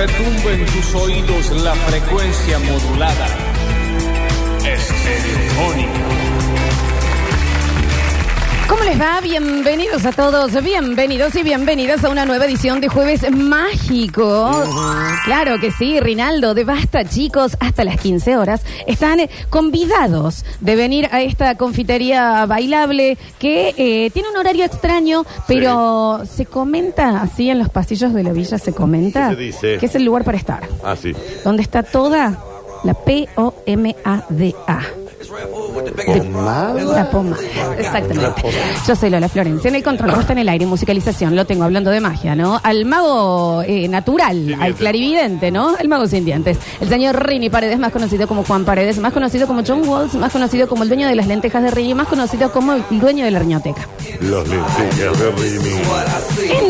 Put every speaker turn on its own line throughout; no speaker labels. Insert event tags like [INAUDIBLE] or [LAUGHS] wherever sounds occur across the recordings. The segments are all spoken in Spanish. en tus oídos la frecuencia modulada. Estereofónica.
¿Cómo les va? Bienvenidos a todos, bienvenidos y bienvenidas a una nueva edición de Jueves Mágico. Claro que sí, Rinaldo, de basta chicos, hasta las 15 horas. Están eh, convidados de venir a esta confitería bailable que eh, tiene un horario extraño, pero se comenta así en los pasillos de la villa, se comenta
¿Qué se dice?
que es el lugar para estar,
Ah, sí.
donde está toda la P-O-M-A-D-A. La pomada, exactamente. Yo soy Lola Florencia. En el control rojo está en el aire, musicalización, lo tengo hablando de magia, ¿no? Al mago eh, natural, al
dientes.
clarividente, ¿no? El mago sin dientes. El señor Rini Paredes, más conocido como Juan Paredes, más conocido como John Walls, más conocido como el dueño de las lentejas de Rini, más conocido como el dueño de la riñoteca.
Los lentejas de Rini.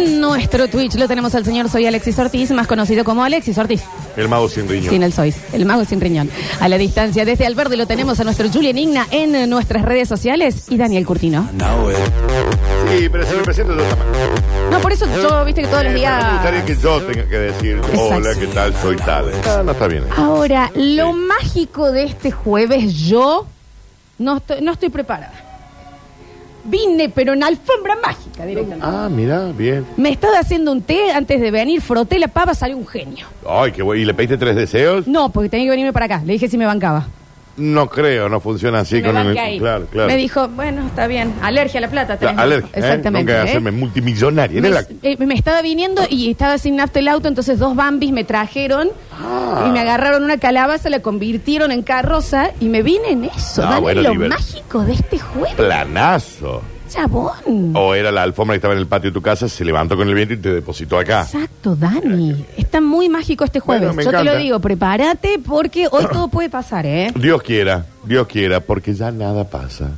En nuestro Twitch lo tenemos al señor Soy Alexis Ortiz, más conocido como Alexis Ortiz.
El mago sin riñón.
Sin el sois, el mago sin riñón. A la distancia, desde Alberdi lo tenemos a nuestro Julian Igna en eh, nuestras redes sociales y Daniel Curtino.
Sí, pero si me presento de otra manera.
No, por eso yo, viste que todos los
Eh, pero Me gustaría que
días...
yo tenga que decir, hola,
Ah. Exacto.
¿qué tal? Soy tal. Ah, no está bien.
Ahora, lo mágico de este jueves, yo no estoy, no estoy preparada. Vine, pero en alfombra mágica directamente.
Ah, mira, bien.
Me estaba haciendo un té antes de venir, froté la pava, salió un genio.
Ay, qué bueno. ¿Y le pediste tres deseos?
No, porque tenía que venirme para acá. Le dije si me bancaba.
No creo, no funciona así
me
con
banqué
el.
ahí.
Claro, claro.
Me dijo, bueno, está bien. Alergia a la plata. tenés.
Claro, alergia, ¿eh?
Exactamente.
Nunca
¿eh?
hacerme multimillonario.
Me,
Era la-
eh, me estaba viniendo y estaba sin nafta el auto, entonces dos bambis me trajeron
Ah.
y me agarraron una calabaza, la convirtieron en carroza y me vine en eso.
Ah,
Dani,
bueno,
lo
divert-
mágico de este juego.
Planazo.
Chabón.
O era la alfombra que estaba en el patio de tu casa, se levantó con el viento y te depositó acá.
Exacto, Dani. Está muy mágico este jueves.
Bueno, me
Yo te
encanta.
lo digo, prepárate porque
[COUGHS]
hoy todo puede pasar, ¿eh?
Dios quiera, Dios quiera, porque ya nada pasa.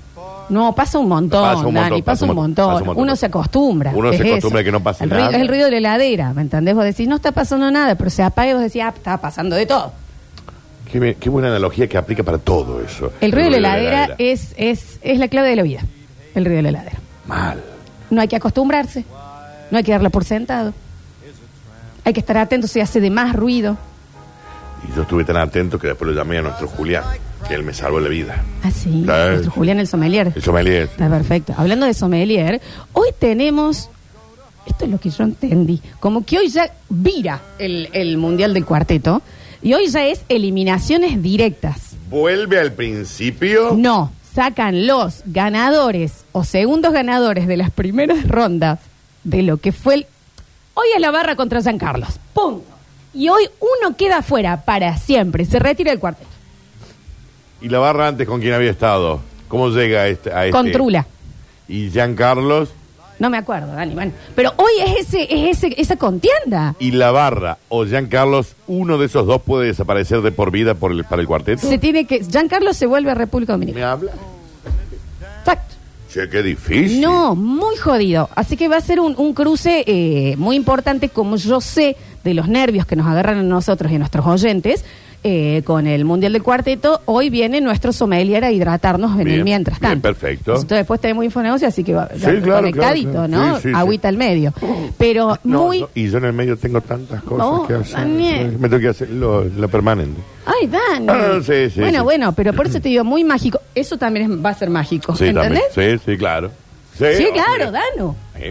No, pasa un montón,
Pasa un montón,
Dani, pasa, un montón.
pasa un montón.
Uno se acostumbra.
Uno
es
se acostumbra
eso.
a que no pase
el ruido-
nada.
Es el ruido de la heladera, ¿me entendés? Vos decís, no está pasando nada, pero se apaga y vos decís, ah, está pasando de todo.
Qué, bien- qué buena analogía que aplica para todo eso.
El ruido de la
heladera
heladera es, es, es la clave de la vida. El ruido de la heladera.
Mal.
No hay que acostumbrarse. No hay que darla por sentado. Hay que estar atento si hace de más ruido.
Y yo estuve tan atento que después lo llamé a nuestro Julián, que él me salvó la vida.
Así.
Sí.
Ah, Nuestro Julián el sommelier.
El sommelier.
Está perfecto. Hablando de sommelier, hoy tenemos. Esto es lo que yo entendí. Como que hoy ya vira el, el mundial del cuarteto. Y hoy ya es eliminaciones directas.
¿Vuelve al principio?
No, sacan los ganadores o segundos ganadores de las primeras rondas de lo que fue el... Hoy es la barra contra San Carlos. Punto. Y hoy uno queda afuera para siempre. Se retira del cuarteto.
¿Y la barra antes con quién había estado? ¿Cómo llega a este? a este?
Con Trula.
Y Jean Carlos.
No me acuerdo, Dani. Bueno, pero hoy es, ese, es ese, esa contienda.
¿Y la barra o Jean Carlos, uno de esos dos puede desaparecer de por vida por el- para el cuarteto?
Se tiene que... Giancarlo se vuelve a República
¿Me
Dominicana.
habla?
Fact.
Che, qué difícil.
No, muy jodido. Así que va a ser un, un cruce eh, muy importante, como yo sé, de los nervios que nos agarran a nosotros y a nuestros oyentes. eh, con el Mundial del Cuarteto, hoy viene nuestro sommelier a hidratarnos en el
Bien,
mientras tanto.
bien, perfecto.
Entonces, después tenemos infonegocio, así que va
Sí, claro, claro,
conectadito,
claro.
¿no?
Sí, sí, sí.
Agüita al medio. Pero
No,
muy...
no, y yo en el medio tengo tantas cosas
No,
que hacer.
Daniel.
Me tengo que hacer lo, lo permanente.
Ay, Dani.
Ah, sí, sí,
bueno,
sí.
bueno, pero por eso te digo, muy mágico. Eso también es- va a ser mágico,
Sí,
¿entendés?
también. Sí, sí, claro.
Sí,
hombre.
claro, Danu.
Sí.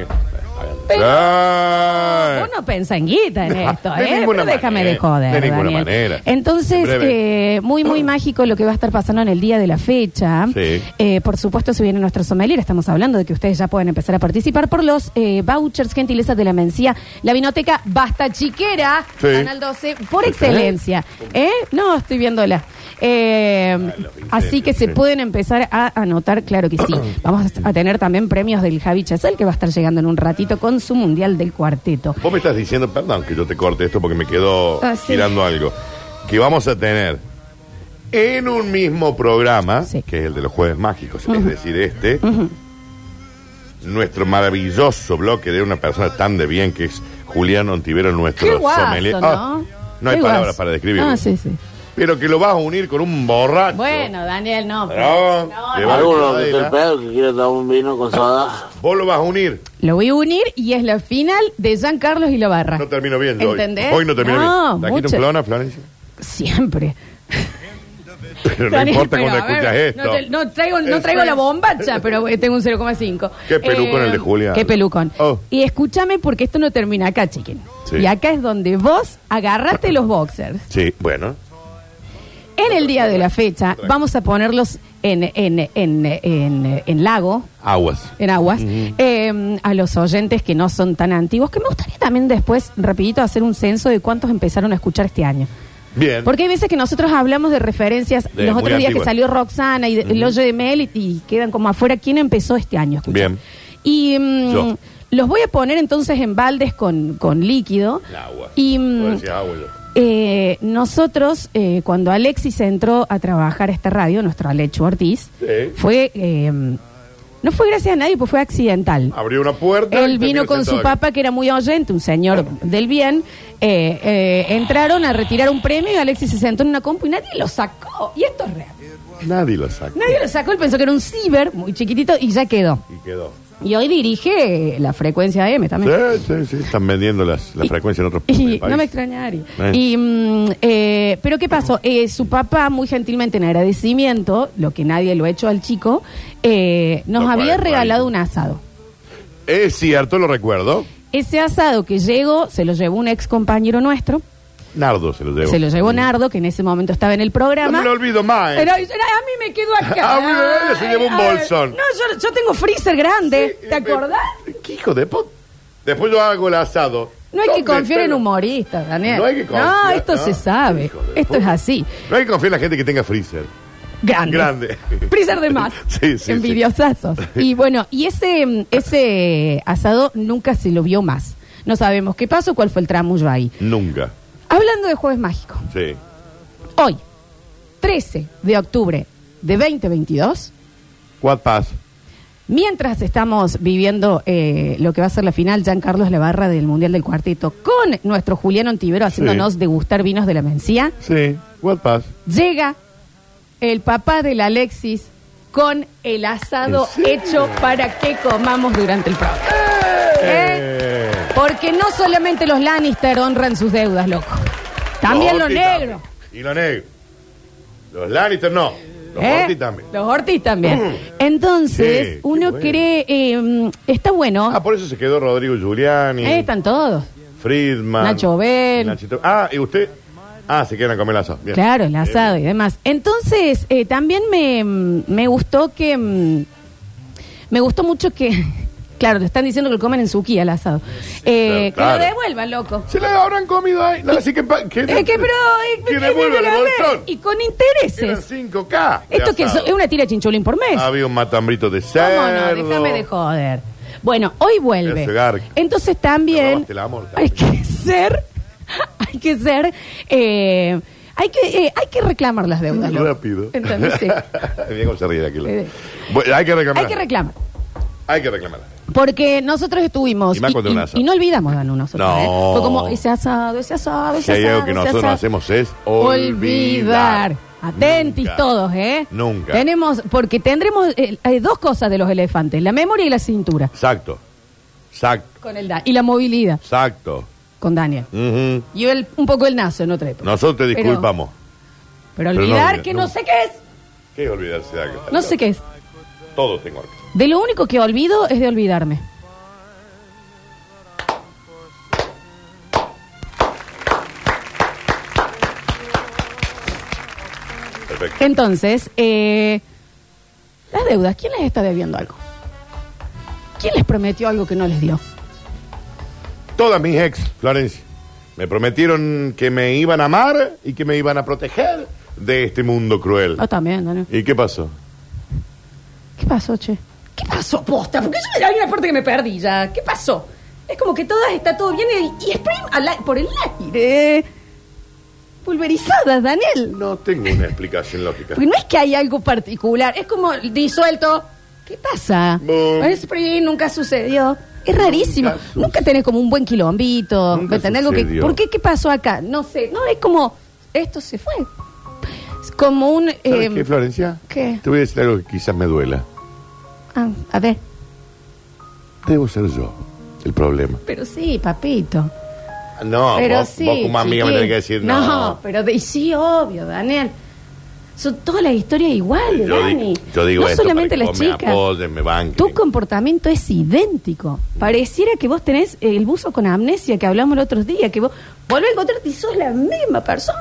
Pero-
Ay.
Vos no pensás en guita en
No,
esto,
de
¿eh?
ninguna
Pero déjame
manera,
de joder.
de ninguna
Daniel.
manera.
Entonces,
En breve.
eh, muy,
[CLEARS THROAT]
muy mágico lo que va a estar pasando en el día de la fecha.
Sí.
Eh, por supuesto, se viene nuestro sommelier. Estamos hablando de que ustedes ya pueden empezar a participar por los eh, vouchers, gentilezas de la mencía, la vinoteca Basta Chiquera,
Sí.
Canal 12, por
Sí.
excelencia. ¿Eh? No, estoy viéndola. Eh, así que se
Ah, sí.
pueden empezar a anotar, claro que
[CLEARS THROAT]
sí. Vamos a tener también premios del Javi Chazal, que va a estar llegando en un ratito con su Mundial del Cuarteto.
Vos me estás diciendo, perdón que yo te corte esto porque me quedó
Ah, sí.
girando algo, que vamos a tener en un mismo programa,
Sí.
que es el de los Jueves Mágicos, es decir, este, nuestro maravilloso bloque de una persona tan de bien que es Julián Ontivero, nuestro
Qué guaso,
sommelier.
¿no?
Ah, no hay
Qué
palabras
guaso.
para describirlo.
Ah, sí, sí.
pero que lo vas a unir con un borracho.
Bueno, Daniel, no.
No,
No,
de
no.
barrio.
Algunos que el pedo que quiere dar un vino con soda.
Vos lo vas a unir.
Lo voy a unir y es la final de Jean Carlos y la barra.
No termino bien yo hoy.
Ah. ¿Entendés?
Hoy. no termino
No,
bien. ¿Te quita
mucho.
un clona, Florencia? [LAUGHS]
Siempre.
Pero no
[LAUGHS] Daniel,
importa
pero,
cuando
a ver,
escuchas esto.
No, te- no traigo, no
Es
traigo la
Friends.
bombacha, pero eh, tengo un 0,5.
Qué pelucón el de Julián.
Eh, Qué pelucón.
Oh.
Y escúchame porque esto no termina acá, chiquen.
Sí.
Y acá es donde vos agarraste los boxers.
Sí, bueno.
En el día de la fecha vamos a ponerlos en, en, en, en, en lago,
Aguas.
en aguas, eh, a los oyentes que no son tan antiguos, que me gustaría también después, rapidito, hacer un censo de cuántos empezaron a escuchar este año.
Bien.
Porque hay veces que nosotros hablamos de referencias,
De
los
muy
otros días que
antiguas.
salió Roxana y de- el hoyo de Mel y, y quedan como afuera, ¿quién empezó este año? a escuchar?
Bien.
Y mm,
Yo.
los voy a poner entonces en baldes con, con líquido.
El agua.
Y mm,
Vos decías agua, yo.
eh, nosotros, eh, cuando Alexis entró a trabajar a esta radio, nuestro Alechu Ortiz,
Sí.
fue... eh, no fue gracias a nadie, pues fue accidental.
Abrió una puerta. y
Él vino
terminó
con su
sentado
papá, que era muy oyente, un señor
Ah.
del bien. eh, eh, entraron a retirar un premio y Alexis se sentó en una compu y nadie lo sacó. Y esto es real.
aquí. Nadie lo saca.
Nadie lo sacó, él pensó que era un ciber muy chiquitito y ya quedó.
Y quedó.
Y hoy dirige eh, la frecuencia M también.
Sí, sí, sí. Están vendiendo las, la frecuencia en otros
Y
países.
no me extrañaría.
Eh.
Y, mm, eh, pero ¿qué pasó? Eh, su papá, muy gentilmente en agradecimiento, lo que nadie lo ha hecho al chico, eh, nos
Lo cual
había
es
regalado un
rarísimo.
asado.
Es cierto, lo recuerdo.
Ese asado que llegó se lo llevó un ex compañero nuestro.
Nardo se lo llevó.
Se lo llevó Nardo, que en ese momento estaba en el
No
programa.
me lo olvido más. eh.
Pero yo- a mí me quedo acá.
[LAUGHS] Ah, bueno, él se llevó un
Ay, ay.
bolsón.
No, yo, yo tengo freezer grande.
Sí,
¿Te
eh,
acordás?
eh, ¿Qué hijo de pot? Después yo hago el asado.
No hay que
¿Dónde
confiar
está
en
la-
humoristas, Daniel.
No hay que confiar.
No, esto se sabe.
Hijo de
Esto
puta.
es así.
No hay que confiar en la gente que tenga freezer.
Grande.
Grande.
[LAUGHS] Freezer de más.
[LAUGHS] Sí, sí, [LAUGHS]
Envidiosazos. Y bueno, y ese, mm, ese asado nunca se lo vio más. No sabemos qué pasó, cuál fue el tramullo ahí.
Nunca.
Hablando de Jueves Mágico.
Sí.
Hoy, 13 de octubre de 2022,
What pass?
mientras estamos viviendo eh, lo que va a ser la final, Jean Carlos Lavarra del Mundial del Cuarteto, con nuestro Julián Ontivero haciéndonos degustar vinos de la Mencía,
Sí. What pass?
llega el papá del Alexis con el asado
¿En serio?
hecho para que comamos durante el programa. ¿Eh?
Eh,
Porque no solamente los Lannister honran sus deudas, loco. También los
Ortiz
negros.
Y los negros. Los Lannister no. Los
¿Eh?
Ortiz también.
Los Ortiz también.
Mm.
Entonces,
Sí, qué
uno
bueno.
cree, eh, mm, está bueno.
Ah, por eso se quedó Rodrigo Giuliani,
Eh, están todos.
Friedman,
Nacho Bell.
Nachito- Ah, y usted. Ah, se quedan a comer el asado. Bien.
Claro, el
Eh,
asado y demás. Entonces, eh, también me, mm, me gustó que. mm, Me gustó mucho que. [LAUGHS] Claro, te están diciendo que lo comen en suquía el asado. Eh,
claro,
Que
claro.
lo devuelvan, loco.
Se le habrán comido ahí. No, así que, pa- que,
Eh, que, pero, eh,
que
que-
devuelva el
a ver,
bolsón.
Y con
Eran
intereses.
5K. de
Esto que es
asado. Ah,
es una tira de chinchulín por mes.
Había un matambrito de
¿Cómo
cerdo.
no? Déjame de joder. Bueno, hoy vuelve.
Ese garca.
Entonces
Me
también
robaste el amor,
hay
también.
que ser, [LAUGHS] hay que ser, eh, hay que, eh, hay que reclamar las deudas. loco.
Rápido.
¿Entendés?
[LAUGHS]
Sí.
Bien cómo se ríe de aquí.
Sí.
Bueno, hay que reclamar.
Hay que reclamar.
Hay que reclamar.
Porque nosotros estuvimos.
Y más cuando un asado.
y no olvidamos, Danu, nosotros.
No.
¿eh? Fue como ese asado, ese asado,
Si
ese
hay
asado.
algo que
ese
nosotros no
asado.
hacemos es
olvidar.
olvidar.
Atentis
Nunca.
todos, ¿eh?
Nunca.
Tenemos, porque tendremos eh, eh, dos cosas de los elefantes: la memoria y la cintura.
Exacto. Exacto.
Con el Da- y la movilidad
Exacto.
con Daniel.
Ujú.
Y el- un poco el nazo en otra época.
Nosotros te
Pero-
disculpamos.
Pero,
Pero no
olvidar
olvidar,
que no.
no.
sé qué es.
¿Qué es olvidarse de algo?
No sé qué es.
Todo tengo acá.
De lo único que olvido es de olvidarme.
Perfecto.
Entonces, eh, las deudas, ¿quién les está debiendo algo? ¿Quién les prometió algo que no les dio?
Todas mis ex, Florencia, me prometieron que me iban a amar y que me iban a proteger de este mundo cruel.
Ah, también, Daniel.
¿Y qué pasó?
¿Qué pasó, che? ¿Qué pasó, posta? Porque yo hay una parte que me perdí ya. ¿Qué pasó? Es como que todas está todo bien y, y es prim- al ai- por el aire. Pulverizadas, Daniel.
No tengo una explicación lógica.
Porque no es que hay algo particular, es como disuelto. ¿Qué pasa?
Boom.
El sprint nunca sucedió. Es rarísimo.
Nunca
Nunca, tenés como un buen quilombito.
Nunca
¿Me entendés? Algo que,
sucedió.
¿Por qué qué pasó acá? No sé. No, es como, esto se fue. como un...
¿Sabes
em,
qué, Florencia?
¿qué?
Te voy a decir algo que quizás me duela.
ah, a ver,
Debo ser yo el problema.
pero sí, papito.
No,
pero
vos,
sí.
vos como amiga me
chiquín.
tenés que decir
No, pero de- y sí, obvio, Daniel. Son todas las historias iguales,
Yo, di-
Dani.
yo digo
no
esto
solamente
para que
las
vos me
chicas.
apoyes, me banques.
Tu comportamiento es idéntico. Pareciera que vos tenés eh, el buzo con amnesia que hablamos el otro día, que vos volvés a encontrarte y sos la misma persona.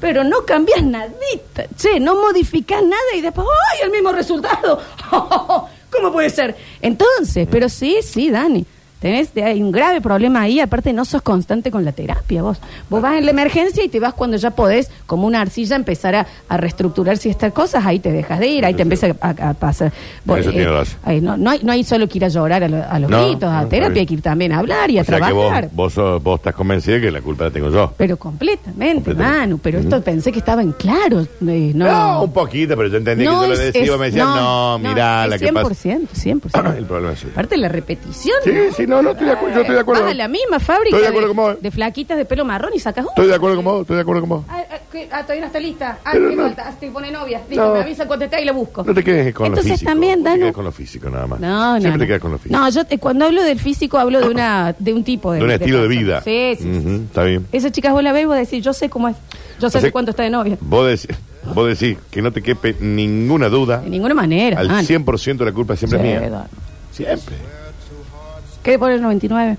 Pero no cambias nadita, che, no modificás nada y después, ¡ay! El mismo resultado. [LAUGHS] ¿Cómo puede ser? Entonces, pero sí, sí, Dani. Tenés, hay un grave problema ahí, aparte no sos constante con la terapia vos. Vos vas en la emergencia y te vas cuando ya podés, como una arcilla, empezar a, a reestructurar ciertas cosas, ahí te dejas de ir, ahí te empieza a, a pasar. Eh, Bueno,
Eso tiene razón.
ay, no, no hay, no hay solo que ir a llorar a, lo- a los
No,
gritos,
no,
a
está
terapia,
bien.
hay que ir también a hablar y a
o sea que vos,
trabajar.
vos, sos- vos estás convencida que la culpa la tengo yo.
Pero completamente,
Completamente.
Manu, pero esto pensé que estaban claros. eh, no,
No, un poquito, pero yo entendí que yo lo
es-
decía
es-
me decían, no, mirá,
es
la que pasa.
100%, 100%.
[COUGHS] El problema es suyo.
Aparte la repetición.
Sí, sí, no, no, estoy de acuerdo, yo estoy de acuerdo.
Vas a la misma fábrica
Estoy de acuerdo
de,
con vos.
de flaquitas de pelo marrón y sacas
Estoy de acuerdo con vos, estoy de acuerdo con vos.
Ah, ah, que- ah, todavía no está lista. Ah,
Pero
que
no.
falta. Ah, te pone novia. Listo,
No.
me avisa cuando está y la busco.
No te quedes con
Entonces,
lo físico.
también,
Vos te
Danu-
quedas con lo físico nada más.
No, no.
Siempre te
no.
quedas con lo físico.
No, yo te- cuando hablo del físico hablo de una de un tipo de,
de un estilo de
persona.
vida.
Sí, sí. sí.
Ujú, Está bien.
Esa chica vos la ves y vos decís, yo sé cómo es. Yo sé
O sea,
hace cuánto está de novia.
Vos decís, vos decís que no te quepe ninguna duda.
De ninguna manera.
Al
ah,
100% la culpa siempre
Sí,
es mía.
Danu.
Siempre.
¿Qué le pones 99?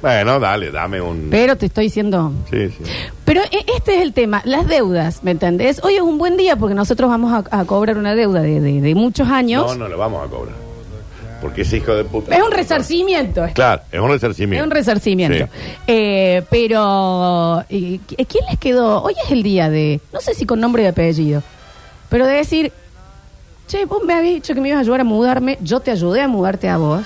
Bueno, dale, dame un.
Pero te estoy diciendo...
Sí, sí.
Pero e- este es el tema, las deudas, ¿me entendés? Hoy es un buen día porque nosotros vamos a, a cobrar una deuda de, de- de muchos años.
No, no lo vamos a cobrar. Porque ese hijo de puta.
Es un resarcimiento. es-
Claro, es un resarcimiento.
Es un resarcimiento.
Sí.
Eh, pero, eh, ¿qui- ¿quién les quedó? Hoy es el día de, no sé si con nombre y apellido, pero de decir, che, vos me habías dicho que me ibas a ayudar a mudarme, yo te ayudé a mudarte a vos.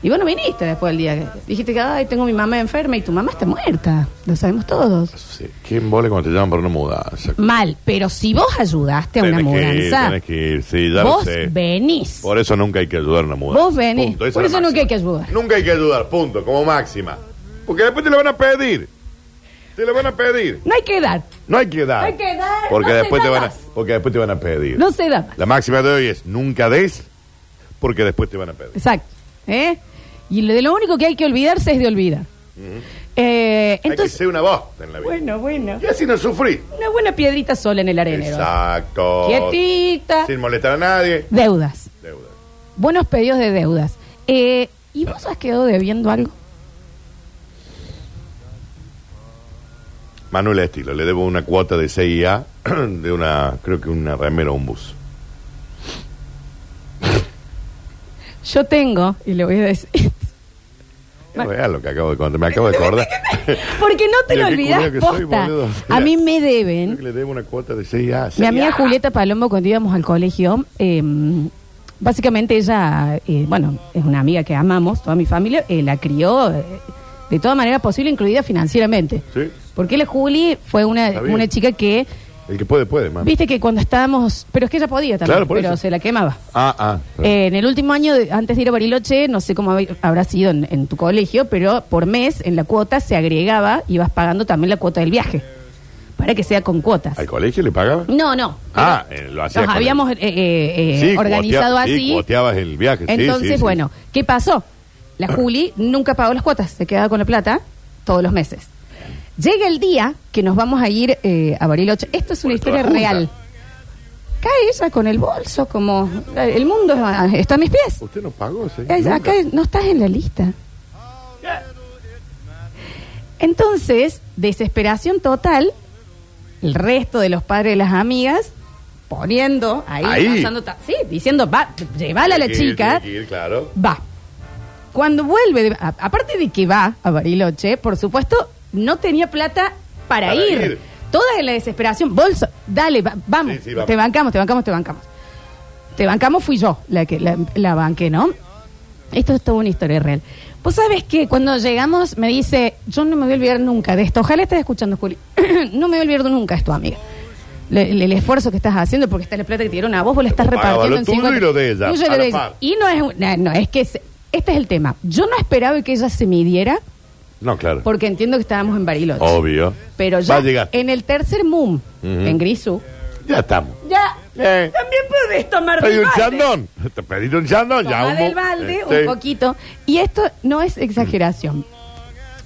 Y vos no viniste después del día. que- Dijiste que, ay, tengo mi mamá enferma y tu mamá está muerta. Lo sabemos todos.
Sí. ¿Quién vole cuando te llaman para una mudanza?
Mal, pero si vos ayudaste a
Tenés
una
que ir,
mudanza,
tenés que ir, sí, ya lo
vos
sé.
venís.
Por eso nunca hay que ayudar a una mudanza.
Vos venís.
Punto. Esa
Por
es la
eso nunca
máxima.
hay que ayudar.
Nunca hay que ayudar, punto, como máxima. Porque después te lo van a pedir. Te lo van a pedir.
No hay que dar,
No hay que dar.
No hay que dar,
Porque,
no te
después te van a,
das.
porque después te van a pedir.
no se da más.
La máxima de hoy es nunca des, porque después te van a pedir.
Exacto. ¿eh? Y lo, de lo único que hay que olvidarse es de olvidar. Eh,
hay que
entonces,
ser una voz en la vida.
bueno, bueno.
Y así no sufrir.
Una buena piedrita sola en el arenero.
Exacto.
Quietita.
Sin molestar a nadie.
Deudas.
Deuda.
Buenos pedidos de deudas. Eh, ¿Y vos has quedado debiendo algo?
Manuel Estilo, le debo una cuota de CIA [CLEARS THROAT] de una, creo que una remera o un bus.
Yo tengo, y le voy a decir. [LAUGHS]
Es real lo que acabo de contar, me acabo de acordar.
Porque no te lo
Mira qué
olvidás,
culero que soy,
posta.
boludo.
a mí me
Creo
deben.
que le debo una cuota de CIA.
Mi amiga
CIA.
Julieta Palomo, cuando íbamos al colegio, eh, básicamente ella, eh, bueno, es una amiga que amamos, toda mi familia, eh, la crió eh, de toda manera posible, incluida financieramente.
Sí.
Porque la Juli fue una,
Está bien.
una chica que,
El que puede, puede, man.
viste que cuando estábamos, pero es que ella podía también,
Claro, por
pero
eso.
se la quemaba.
Ah, ah.
Eh, en el último año, de- antes de ir a Bariloche, no sé cómo hab- habrá sido en, en tu colegio, pero por mes en la cuota se agregaba y vas pagando también la cuota del viaje, para que sea con cuotas.
¿Al colegio le pagaba?
No, no.
Ah,
pero
eh, lo hacías
Nos
con
habíamos eh,
el-
eh, eh,
Sí,
organizado
cuotea- Sí,
así.
cuoteabas el viaje. sí,
Entonces,
sí, sí.
bueno, ¿qué pasó?
[COUGHS]
La Juli nunca pagó las cuotas, se quedaba con la plata todos los meses. Llega el día que nos vamos a ir eh, a Bariloche. Esto es una
Por toda
historia
junta.
real. Cae ella con el bolso, como eh, el mundo ah, está a mis pies.
¿Usted no pagó? Sí.
Es-
Nunca.
acá no estás en la lista. Entonces, desesperación total, el resto de los padres de las amigas poniendo ahí,
Ahí.
pasando ta- sí, diciendo, va, llévala a la
Tiene que ir,
chica,
tiene que ir, claro.
va. Cuando vuelve, de- a- aparte de que va a Bariloche, por supuesto, no tenía plata para,
Para
ir.
ir.
Toda en la desesperación, bolsa, dale, va- vamos,
Sí, sí, vamos.
te bancamos, te bancamos, te bancamos. Te bancamos fui yo la que la, la banqué, ¿no? Esto es toda una historia real. Vos sabés que cuando llegamos me dice, yo no me voy a olvidar nunca de esto. Ojalá estés escuchando, Juli. [CLEARS THROAT] no me voy a olvidar nunca de esto, amiga. Le- le- el esfuerzo que estás haciendo porque está la plata que te dieron a vos, vos la estás
Pagaba
repartiendo
lo
en
tuyo
50.
y lo de ella,
Tuyo y
a
lo
la
de ella.
par.
Y no es, una- no, es que se- este es el tema. Yo no esperaba que ella se midiera
No, claro.
porque entiendo que estábamos en Bariloche.
Obvio.
Pero ya
Va a llegar.
en el tercer moon en Grisú.
Ya estamos.
Ya.
Eh.
También podés tomar
Pedí
del
un
balde.
chandón. Te pedí un chandón. Ya
Tomar
un
del
mo-
balde,
eh,
un
sí.
poquito. Y esto no es exageración.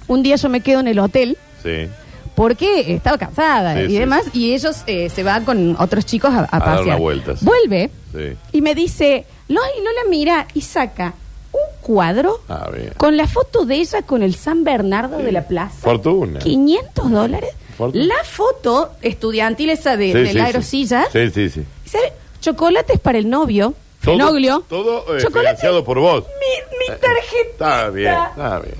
Un día yo me quedo en el hotel
Sí.
porque estaba cansada
Sí,
y
sí,
demás, y ellos eh, se van con otros chicos a, a
A dar
pasear.
una vuelta, sí.
Vuelve
Sí.
y me dice, Loli, Lola mira y saca un cuadro
Ah, bien.
con la foto de ella con el San Bernardo de la Plaza.
Fortuna.
500 dólares.
Fortuna.
La foto estudiantil esa de,
Sí,
de
sí,
la
sí.
aerosilla.
Sí, sí, sí.
¿Sabe? Chocolates para el novio.
Todo-
Fenoglio.
Todo eh,
Chocolate.
financiado por vos.
Mi, mi
Eh, Está
tarjetita.
bien, está bien.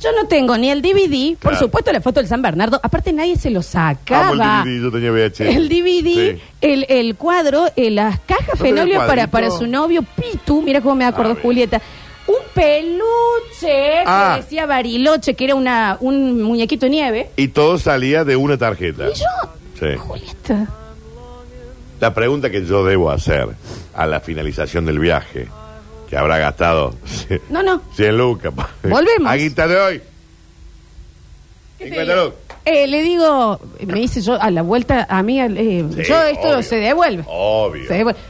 Yo no tengo ni el DVD. Por
Claro.
supuesto, la foto del San Bernardo. Aparte, nadie se lo
Amo
sacaba.
el DVD, yo tenía VHS.
El DVD,
Sí.
el, el cuadro, eh, las cajas
¿No tenés
fenoglio para,
cuadrito?
para su novio Pitu, mira cómo me acuerdo
Ah, bien.
Julieta. Un peluche
Ah.
que decía Bariloche, que era una, un muñequito de nieve.
Y todo salía de una tarjeta.
Y yo,
Sí.
Julieta,
La pregunta que yo debo hacer a la finalización del viaje, que habrá gastado [LAUGHS]
No, no.
100 lucas. pues.
Volvemos.
Aguita de hoy.
¿Qué te
50
digo?
lucas.
eh, le digo, me dice yo, a la vuelta, a mí, al- eh,
Sí,
yo esto
obvio.
se devuelve.
Obvio.
Se devuelve.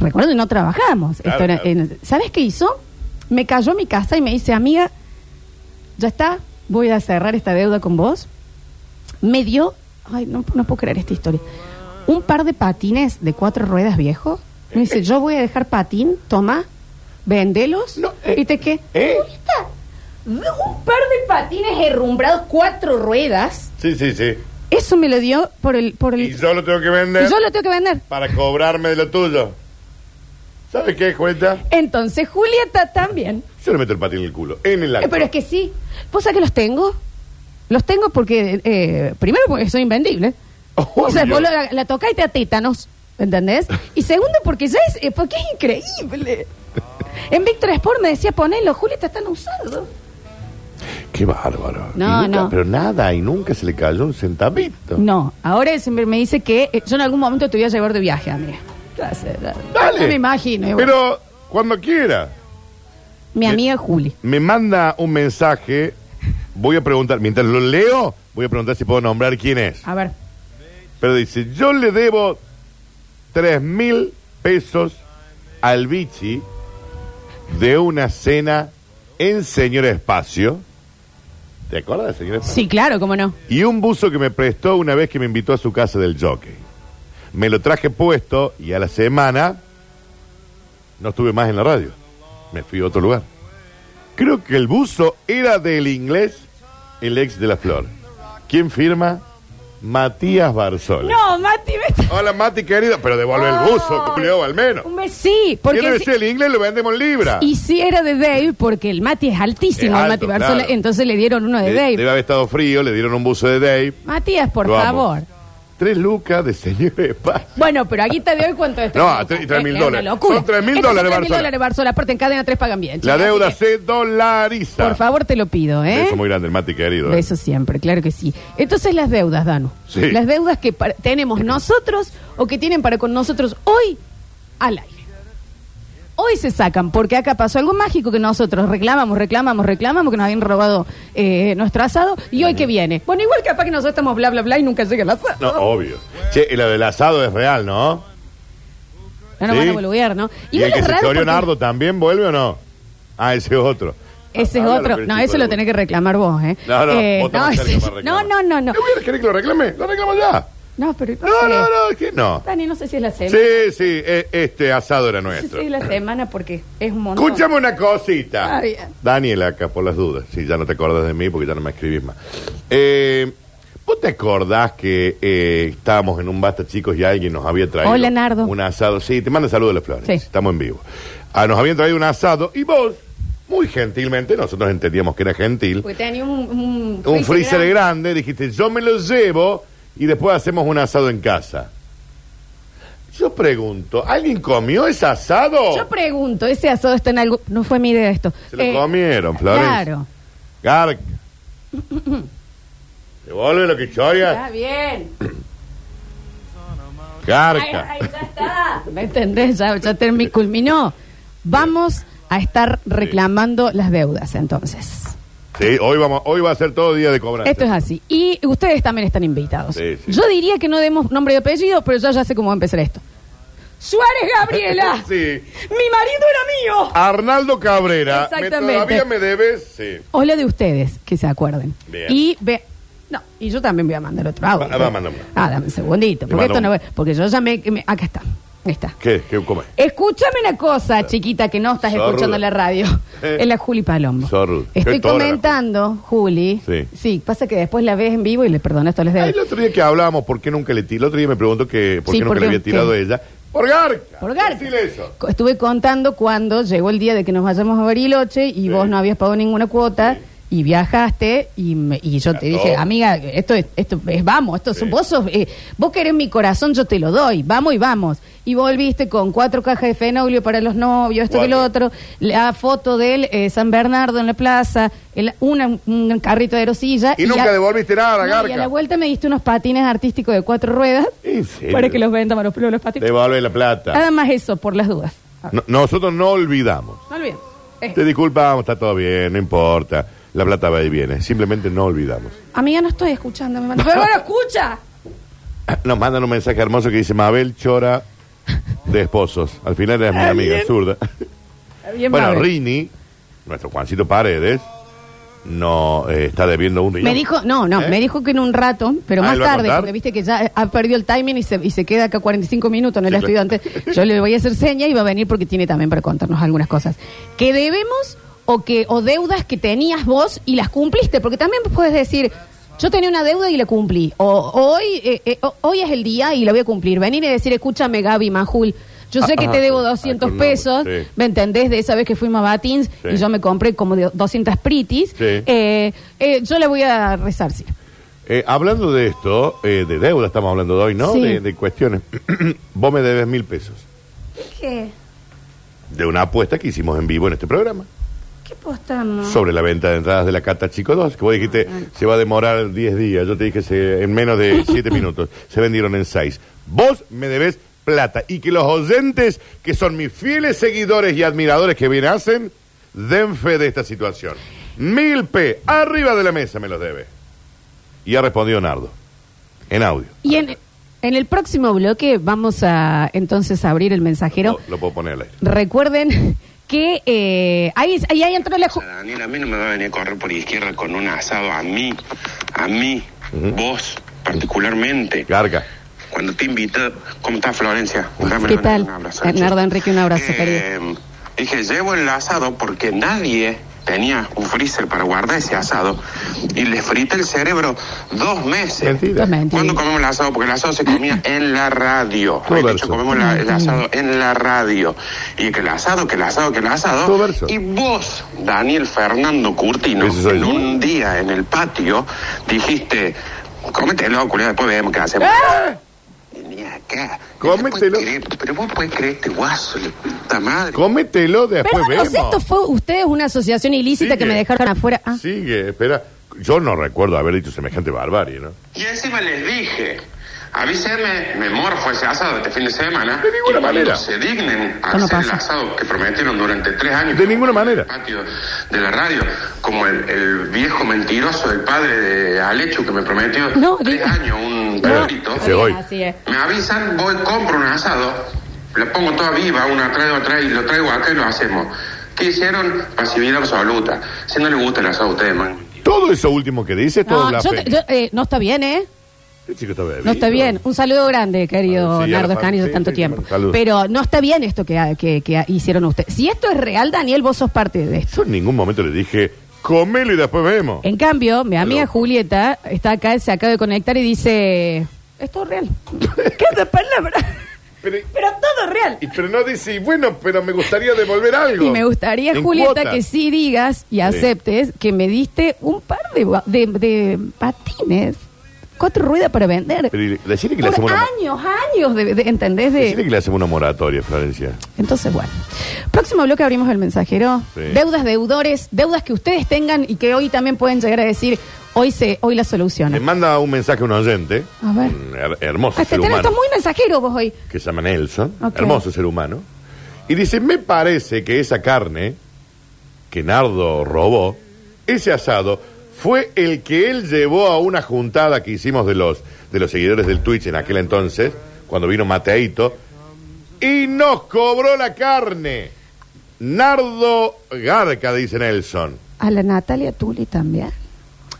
Recuerdo que no trabajamos.
Claro,
Esto era
claro.
en- ¿Sabes qué hizo? Me cayó a mi casa y me dice, amiga, ya está, voy a cerrar esta deuda con vos. Me dio, ay, no, no puedo creer esta historia, un par de patines de cuatro ruedas viejos. Me dice, yo voy a dejar patín, toma, vendelos.
No, eh,
¿Y te qué?
¿eh?
Julieta, Un par de patines herrumbrados, cuatro ruedas.
Sí, sí, sí.
Eso me lo dio por el... Por el
Y yo lo tengo que vender
y yo lo tengo que vender.
para cobrarme de lo tuyo. ¿Sabes qué, Julieta?
Entonces Julieta también.
Yo le meto el patín en el culo. En el
Eh,
acto.
pero es que sí. ¿Vos sabés que los tengo? Los tengo porque, eh, primero porque soy invendible. O sea,
Oh, Obvio.
vos lo- la, la tocás y te da tétanos, ¿entendés? Y segundo porque ya es, eh, porque es increíble.
Ah.
En Víctor Sport me decía, ponelo, Julieta están usado.
Qué bárbaro.
No,
Y nunca-
no.
Pero nada, y nunca se le cayó un centavito.
No, ahora él siempre me dice que eh, yo en algún momento te voy a llevar de viaje, amiga. Ya sé, ya-
Dale.
No me imagino. y bueno.
Pero cuando quiera.
mi amiga Juli.
me manda un mensaje. Voy a preguntar, mientras lo leo, voy a preguntar si puedo nombrar quién es.
A ver.
Pero dice, yo le debo tres mil pesos al bichi de una cena en Señor Espacio. ¿Te acuerdas de Señor Espacio?
Sí, claro, cómo no.
Y un buzo que me prestó una vez que me invitó a su casa del jockey. Me lo traje puesto y a la semana no estuve más en la radio. Me fui a otro lugar. Creo que el buzo era del inglés, el ex de la flor. ¿Quién firma? Matías Barzola.
No, Mati, me...
Hola Mati querido, pero devuelve
Oh.
el buzo, cumplió al menos.
Un mes sí, porque...
Quiere
si-
decir el inglés lo vendemos en libra.
Y si era de Dave, porque el Mati es altísimo,
Es
el Mati
alto,
Barzola,
claro.
entonces le dieron uno de
De-
Dave.
Debe haber estado frío, le dieron un buzo de Dave.
Matías, por
Lo amo.
favor.
Tres lucas de señor Espacio.
Bueno, pero aquí te doy cuánto es.
No, a tres- tres
Es- es
mil
una
dólares.
locura.
Son tres mil
Estos son
dólares,
tres mil
Barzola.
dólares, Barzola. Aparte, en cadena tres pagan bien.
La
chicos,
deuda
así que,
se dolariza.
Por favor, te lo pido, ¿eh?
Beso muy grande, el Mati querido.
Beso siempre, claro que sí. Entonces, las deudas, Danu.
Sí.
Las deudas que par- tenemos nosotros o que tienen para con nosotros hoy al aire. Hoy se sacan, porque acá pasó algo mágico que nosotros reclamamos, reclamamos, reclamamos, que nos habían robado eh, nuestro asado, y hoy que viene. Bueno, igual capaz que nosotros estamos bla, bla, bla y nunca llega el asado.
¿eh? No, oh, obvio. Che, lo del asado es real, ¿no?
No nos
Sí.
van a volver, ¿no?
¿Y,
Igual
el que
es
se
raro
choreó
porque-
Nardo también vuelve o no? Ah, ese es otro.
Ese es
Háblalo
otro.
con el
No,
chico
eso
de
lo
Google.
tenés que reclamar vos, ¿eh?
No, no,
Eh, [LAUGHS]
vos estás más
ese-
cerca para
no,
reclamar.
no, no, no.
¿Qué hubiera querido que lo reclame? Lo reclamo ya.
No, pero no,
No,
sé.
no, no, es que no.
Dani, no sé si es la semana.
Sí, sí, e- este asado era
No sé
nuestro.
si es Em. la semana porque es un montón.
Escúchame una cosita.
Está bien.
Daniel acá, por las dudas. Si ya no te acordás de mí, porque ya no me escribís más. Eh, ¿Vos te acordás que eh, estábamos en un basta, chicos, y alguien nos había traído
Hola, Nardo.
un asado? Sí, te manda saludos a las flores.
Sí.
Estamos en vivo. Ah, nos habían traído un asado y vos, muy gentilmente, nosotros entendíamos que era gentil,
Porque tenía un, un,
un freezer grande, dijiste, yo me lo llevo y después hacemos un asado en casa. Yo pregunto, ¿alguien comió ese asado?
Yo pregunto, ese asado está en algo. No fue mi idea esto.
Se lo
Eh,
comieron, Flores.
Claro.
Garca. Devuelve lo que
Está
choria.
bien. Ay,
Garca.
ay, ya está. ¿Me entendés? Ya, ya termi- culminó. Vamos a estar reclamando las deudas entonces.
Sí, hoy, vamos, hoy va a ser todo día de cobranza.
Esto es así. Y ustedes también están invitados.
Sí, sí.
Yo diría que no demos nombre y apellido, pero yo ya sé cómo va a empezar esto. Suárez Gabriela.
[LAUGHS] Sí.
Mi marido era mío.
Arnaldo Cabrera. me-
Exactamente.
todavía me debes. Sí.
Hola de ustedes, que se acuerden.
Bien.
Y ve. No, y yo también voy a mandar otro audio.
Va- va, manda uno.
Ah, dame un segundito.
Y
Porque
manda
esto no
uno.
va- Porque yo ya me. me- acá está. Ahí está.
¿Qué? ¿Qué come?
Escúchame una cosa, chiquita, que no estás
Sorruda.
escuchando en la radio.
[LAUGHS] Eh.
Es la Juli Palombo.
Sorruda.
Estoy
Qué tora la
comentando, Juli.
Sí.
pasa que después la ves en vivo y le perdonas todos los
Ah,
dedos.
el otro día que hablábamos, ¿por qué nunca le tiró? El otro día me preguntó que, por
Sí,
qué nunca
¿por
le
qué?
había tirado
¿Qué?
ella. Por garca.
Por garca.
Decile eso.
Co- Estuve contando cuando llegó el día de que nos vayamos a Bariloche y vos no habías pagado ninguna cuota y viajaste y, me- y yo te
Claro.
dije, amiga, esto es, esto es vamos, esto
Sí.
son, vos sos, eh, vos querés mi corazón, yo te lo doy, vamos y vamos. Y volviste con cuatro cajas de fenoglio para los novios, esto que lo otro, la foto del eh, San Bernardo en la plaza, el- una- un carrito de erosilla.
Y nunca devolviste nada,
No,
garca. Eh,
Y a la vuelta me diste unos patines artísticos de cuatro ruedas
¿En serio?
para que los venda, Maru, pero los patines.
Devuelve la plata.
Nada más eso, por las dudas. A ver,
No- nosotros no olvidamos.
No olviden. Eh,
Te disculpamos, está todo bien, no importa. La plata va y viene. Simplemente no olvidamos. [CLEARS THROAT]
Amiga, no estoy escuchando. Me manda- [LAUGHS] Pero bueno, escucha.
Nos mandan un mensaje hermoso que dice Mabel chora de esposos. Al final es mi
Ah,
amiga
bien.
zurda.
Bien,
[LAUGHS] bueno,
Mabel.
Rini, nuestro Juancito Paredes, no eh, está debiendo un
Me dijo, no, no,
¿Eh?
me dijo que en un rato, pero
Ah,
más
¿él va a
tarde,
contar?
porque viste que ya eh, ha perdido el timing y se, y se queda acá 45 minutos en el
Sí,
estudio
claro.
antes. Yo le voy a hacer seña y va a venir porque tiene también para contarnos algunas cosas. Que debemos o que o deudas que tenías vos y las cumpliste? Porque también puedes decir, yo tenía una deuda y la cumplí. O hoy, eh, eh, o- hoy es el día y la voy a cumplir. Venir y decir, escúchame Gaby Majul. Yo sé que
Ah,
te debo
ah,
200
con nombre,
pesos,
sí.
¿me entendés? De esa vez que fuimos a Batins
Sí.
y yo me compré como de 200 pritis.
Sí.
Eh, eh, yo le voy a rezar, sí.
Eh, hablando de esto, eh, de deuda estamos hablando de hoy, ¿no?
Sí.
De, de cuestiones. [CLEARS THROAT] Vos me debes mil pesos
¿Qué?
de una apuesta que hicimos en vivo en este programa
¿Qué postamos?
sobre la venta de entradas de la Cata Chico 2, que vos dijiste
Ah,
se va a demorar 10 días. Yo te dije se- en
[LAUGHS]
menos de 7 minutos. Se vendieron en 6. Vos me debes plata y que los oyentes, que son mis fieles seguidores y admiradores que bien hacen, den fe de esta situación. Mil P, arriba de la mesa me los debe. Y ha respondido Nardo, en audio.
Y en, en el próximo bloque vamos a entonces a abrir el mensajero.
Lo, lo puedo poner al aire.
Recuerden que eh, ahí, ahí, ahí entró la... ju-
Daniel, a mí no me va a venir a correr por izquierda con un asado a mí, a mí, vos particularmente.
Garga.
Cuando te invita, ¿cómo está Florencia? Dame
¿Qué
un-
tal?
un abrazo,
Bernardo Enrique, un abrazo, querido.
Eh, Dije, llevo el asado porque nadie tenía un freezer para guardar ese asado y les frita el cerebro dos meses.
Mentira.
Totalmente.
¿Cuándo comemos el asado? Porque el asado
[LAUGHS]
se comía en la radio.
Todo
Ay, de
verso. Mm.
hecho, comemos la- el asado en la radio. Y que el asado, que el asado, que el asado.
Todo verso.
Y vos, Daniel Fernando Curtino,
Ese soy
en
yo.
un día en el patio, dijiste, cómetelo, culiao, después vemos qué hacemos. Vení acá.
¡Ah! Cómetelo.
No puedes creer, Pero vos podés creer este guaso, la puta madre.
Cómetelo después
Perdón, o
vemos. eh.
sea, esto fue ustedes una asociación ilícita
Sigue.
que me dejaron afuera. Ah,
Sigue, espera. Yo no recuerdo haber dicho semejante barbarie, ¿no?
Y encima les dije, avísenme, me morfo ese asado este fin de semana.
De ninguna
y cuando
manera.
se dignen a
Esto no
hacer el
pasa.
asado que prometieron durante tres años.
De ninguna manera.
En el patio de la radio, como el, el viejo mentiroso del padre de Alechu que me prometió
No,
tres
diga.
años un
Pero,
perrito.
se voy.
Así es.
Me avisan, voy, compro un asado, le pongo toda viva, una atrás de otra, y lo traigo acá y lo hacemos. ¿Qué hicieron? Pasividad absoluta. Si no le gusta el asado a ustedes, man.
Todo eso último que dice es todo
No, yo
blasfemia.
te- yo, eh, no está bien, ¿eh?
Este chico está bebido.
No está bien. Un saludo grande, querido
Ah, sí, a la
Nardo
fam-
Escanillo,
sí,
tanto
sí,
tiempo.
saludos.
Pero no está bien esto que, que- que hicieron ustedes. Si esto es real, Daniel, vos sos parte de esto.
Yo en ningún momento le dije, comelo y después vemos.
En cambio, mi amiga
Loco.
Julieta está acá, se acaba de conectar y dice... Esto es
[LAUGHS]
real. ¿Qué es de palabra?
Pero,
Pero todo es real.
y- pero no dice, "Y bueno, pero me gustaría devolver algo.
Y me gustaría,
En
Julieta,
cuotas.
que sí digas y aceptes que me diste un par de, ba- de- de patines, cuatro ruedas para vender.
Pero y- decirle que le
Por
hacemos una...
años, años, de, de- ¿entendés? De,
Decirle que le hacemos una moratoria, Florencia.
Entonces, bueno. Próximo bloque abrimos el mensajero.
Sí.
Deudas, deudores, deudas que ustedes tengan y que hoy también pueden llegar a decir, hoy se, hoy la
Le
soluciono.
manda un mensaje a un oyente.
A ver.
Un her- hermoso
Ah, te
ser
tenés-
humano.
estás muy mensajero vos hoy.
que se llama Nelson,
Ok.
hermoso ser humano, y dice, me parece que esa carne que Nardo robó Ese asado fue el que él llevó a una juntada que hicimos de los, de los seguidores del Twitch en aquel entonces, cuando vino Mateito, y nos cobró la carne. Nardo Garca, dice Nelson.
A la Natalia Tuli también.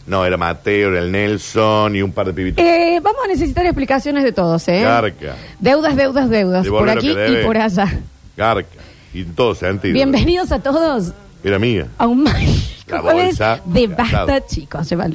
No, era Mateo, era el Nelson y un par de pibitos.
Eh, vamos a necesitar explicaciones de todos, ¿eh?
Garca.
Deudas, deudas, deudas. Por
Devolver lo
aquí
que debe.
y por allá.
Garca. Y en todo sentido.
Bienvenidos a todos
Era mía.
a un [LAUGHS] mágico
La
jueves
bolsa
de
de asado.
basta, chicos. Llévalo.